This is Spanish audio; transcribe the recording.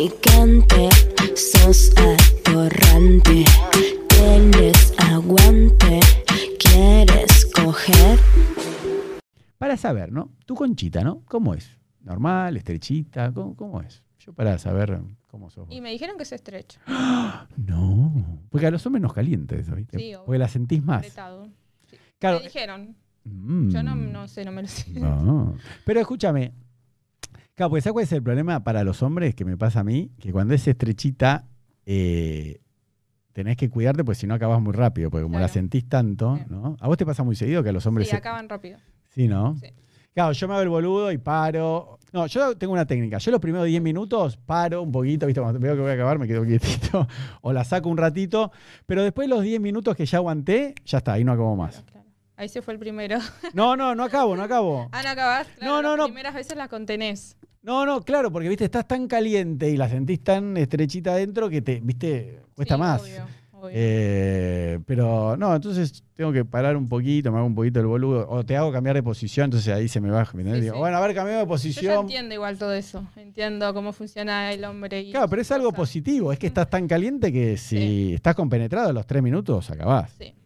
atorrante, sos atorrante. Tienes aguante, quieres coger. Para saber, ¿no? Tu conchita, ¿no? ¿Cómo es? ¿Normal? ¿Estrechita? ¿Cómo, cómo es? Yo para saber cómo sos. vos. Y me dijeron que es estrecho. Ah. No. Porque a los hombres nos calienta eso, ¿viste? Sí, obvio. Porque la sentís más. Apretado. Claro. Me dijeron. mm. Yo no, no sé, no me lo sé. No. Pero escúchame. Claro, porque ¿sabes cuál es el problema para los hombres que me pasa a mí? Que cuando es estrechita, eh, tenés que cuidarte, porque si no acabas muy rápido, porque como la Claro. sentís tanto, Sí. ¿no? A vos te pasa muy seguido que a los hombres. Sí, se- acaban rápido. Sí, ¿no? Sí. Claro, yo me hago el boludo y paro. No, yo tengo una técnica. Yo los primeros 10 minutos paro un poquito, ¿viste? Cuando veo que voy a acabar, me quedo quietito. O la saco un ratito. Pero después de los 10 minutos que ya aguanté, ya está, ahí no acabo más. Claro, claro. Ahí se fue el primero. No, no, no acabo, no acabo. Ah, no acabás. No, Claro, no, las no. primeras veces las contenés. No, no, claro, porque viste, estás tan caliente y la sentís tan estrechita adentro que te, viste, cuesta Sí, más. obvio, obvio. Eh, pero no, entonces tengo que parar un poquito, me hago un poquito el boludo, o te hago cambiar de posición, entonces ahí se me baja. ¿me entendés? Sí, Digo, sí. Bueno, a ver, cambiamos de Yo ya posición. entiendo igual todo eso. Entiendo cómo funciona el hombre. Y Claro, pero es algo positivo. positivo, es que estás tan caliente que si Sí. estás compenetrado a los tres minutos, acabás. Sí.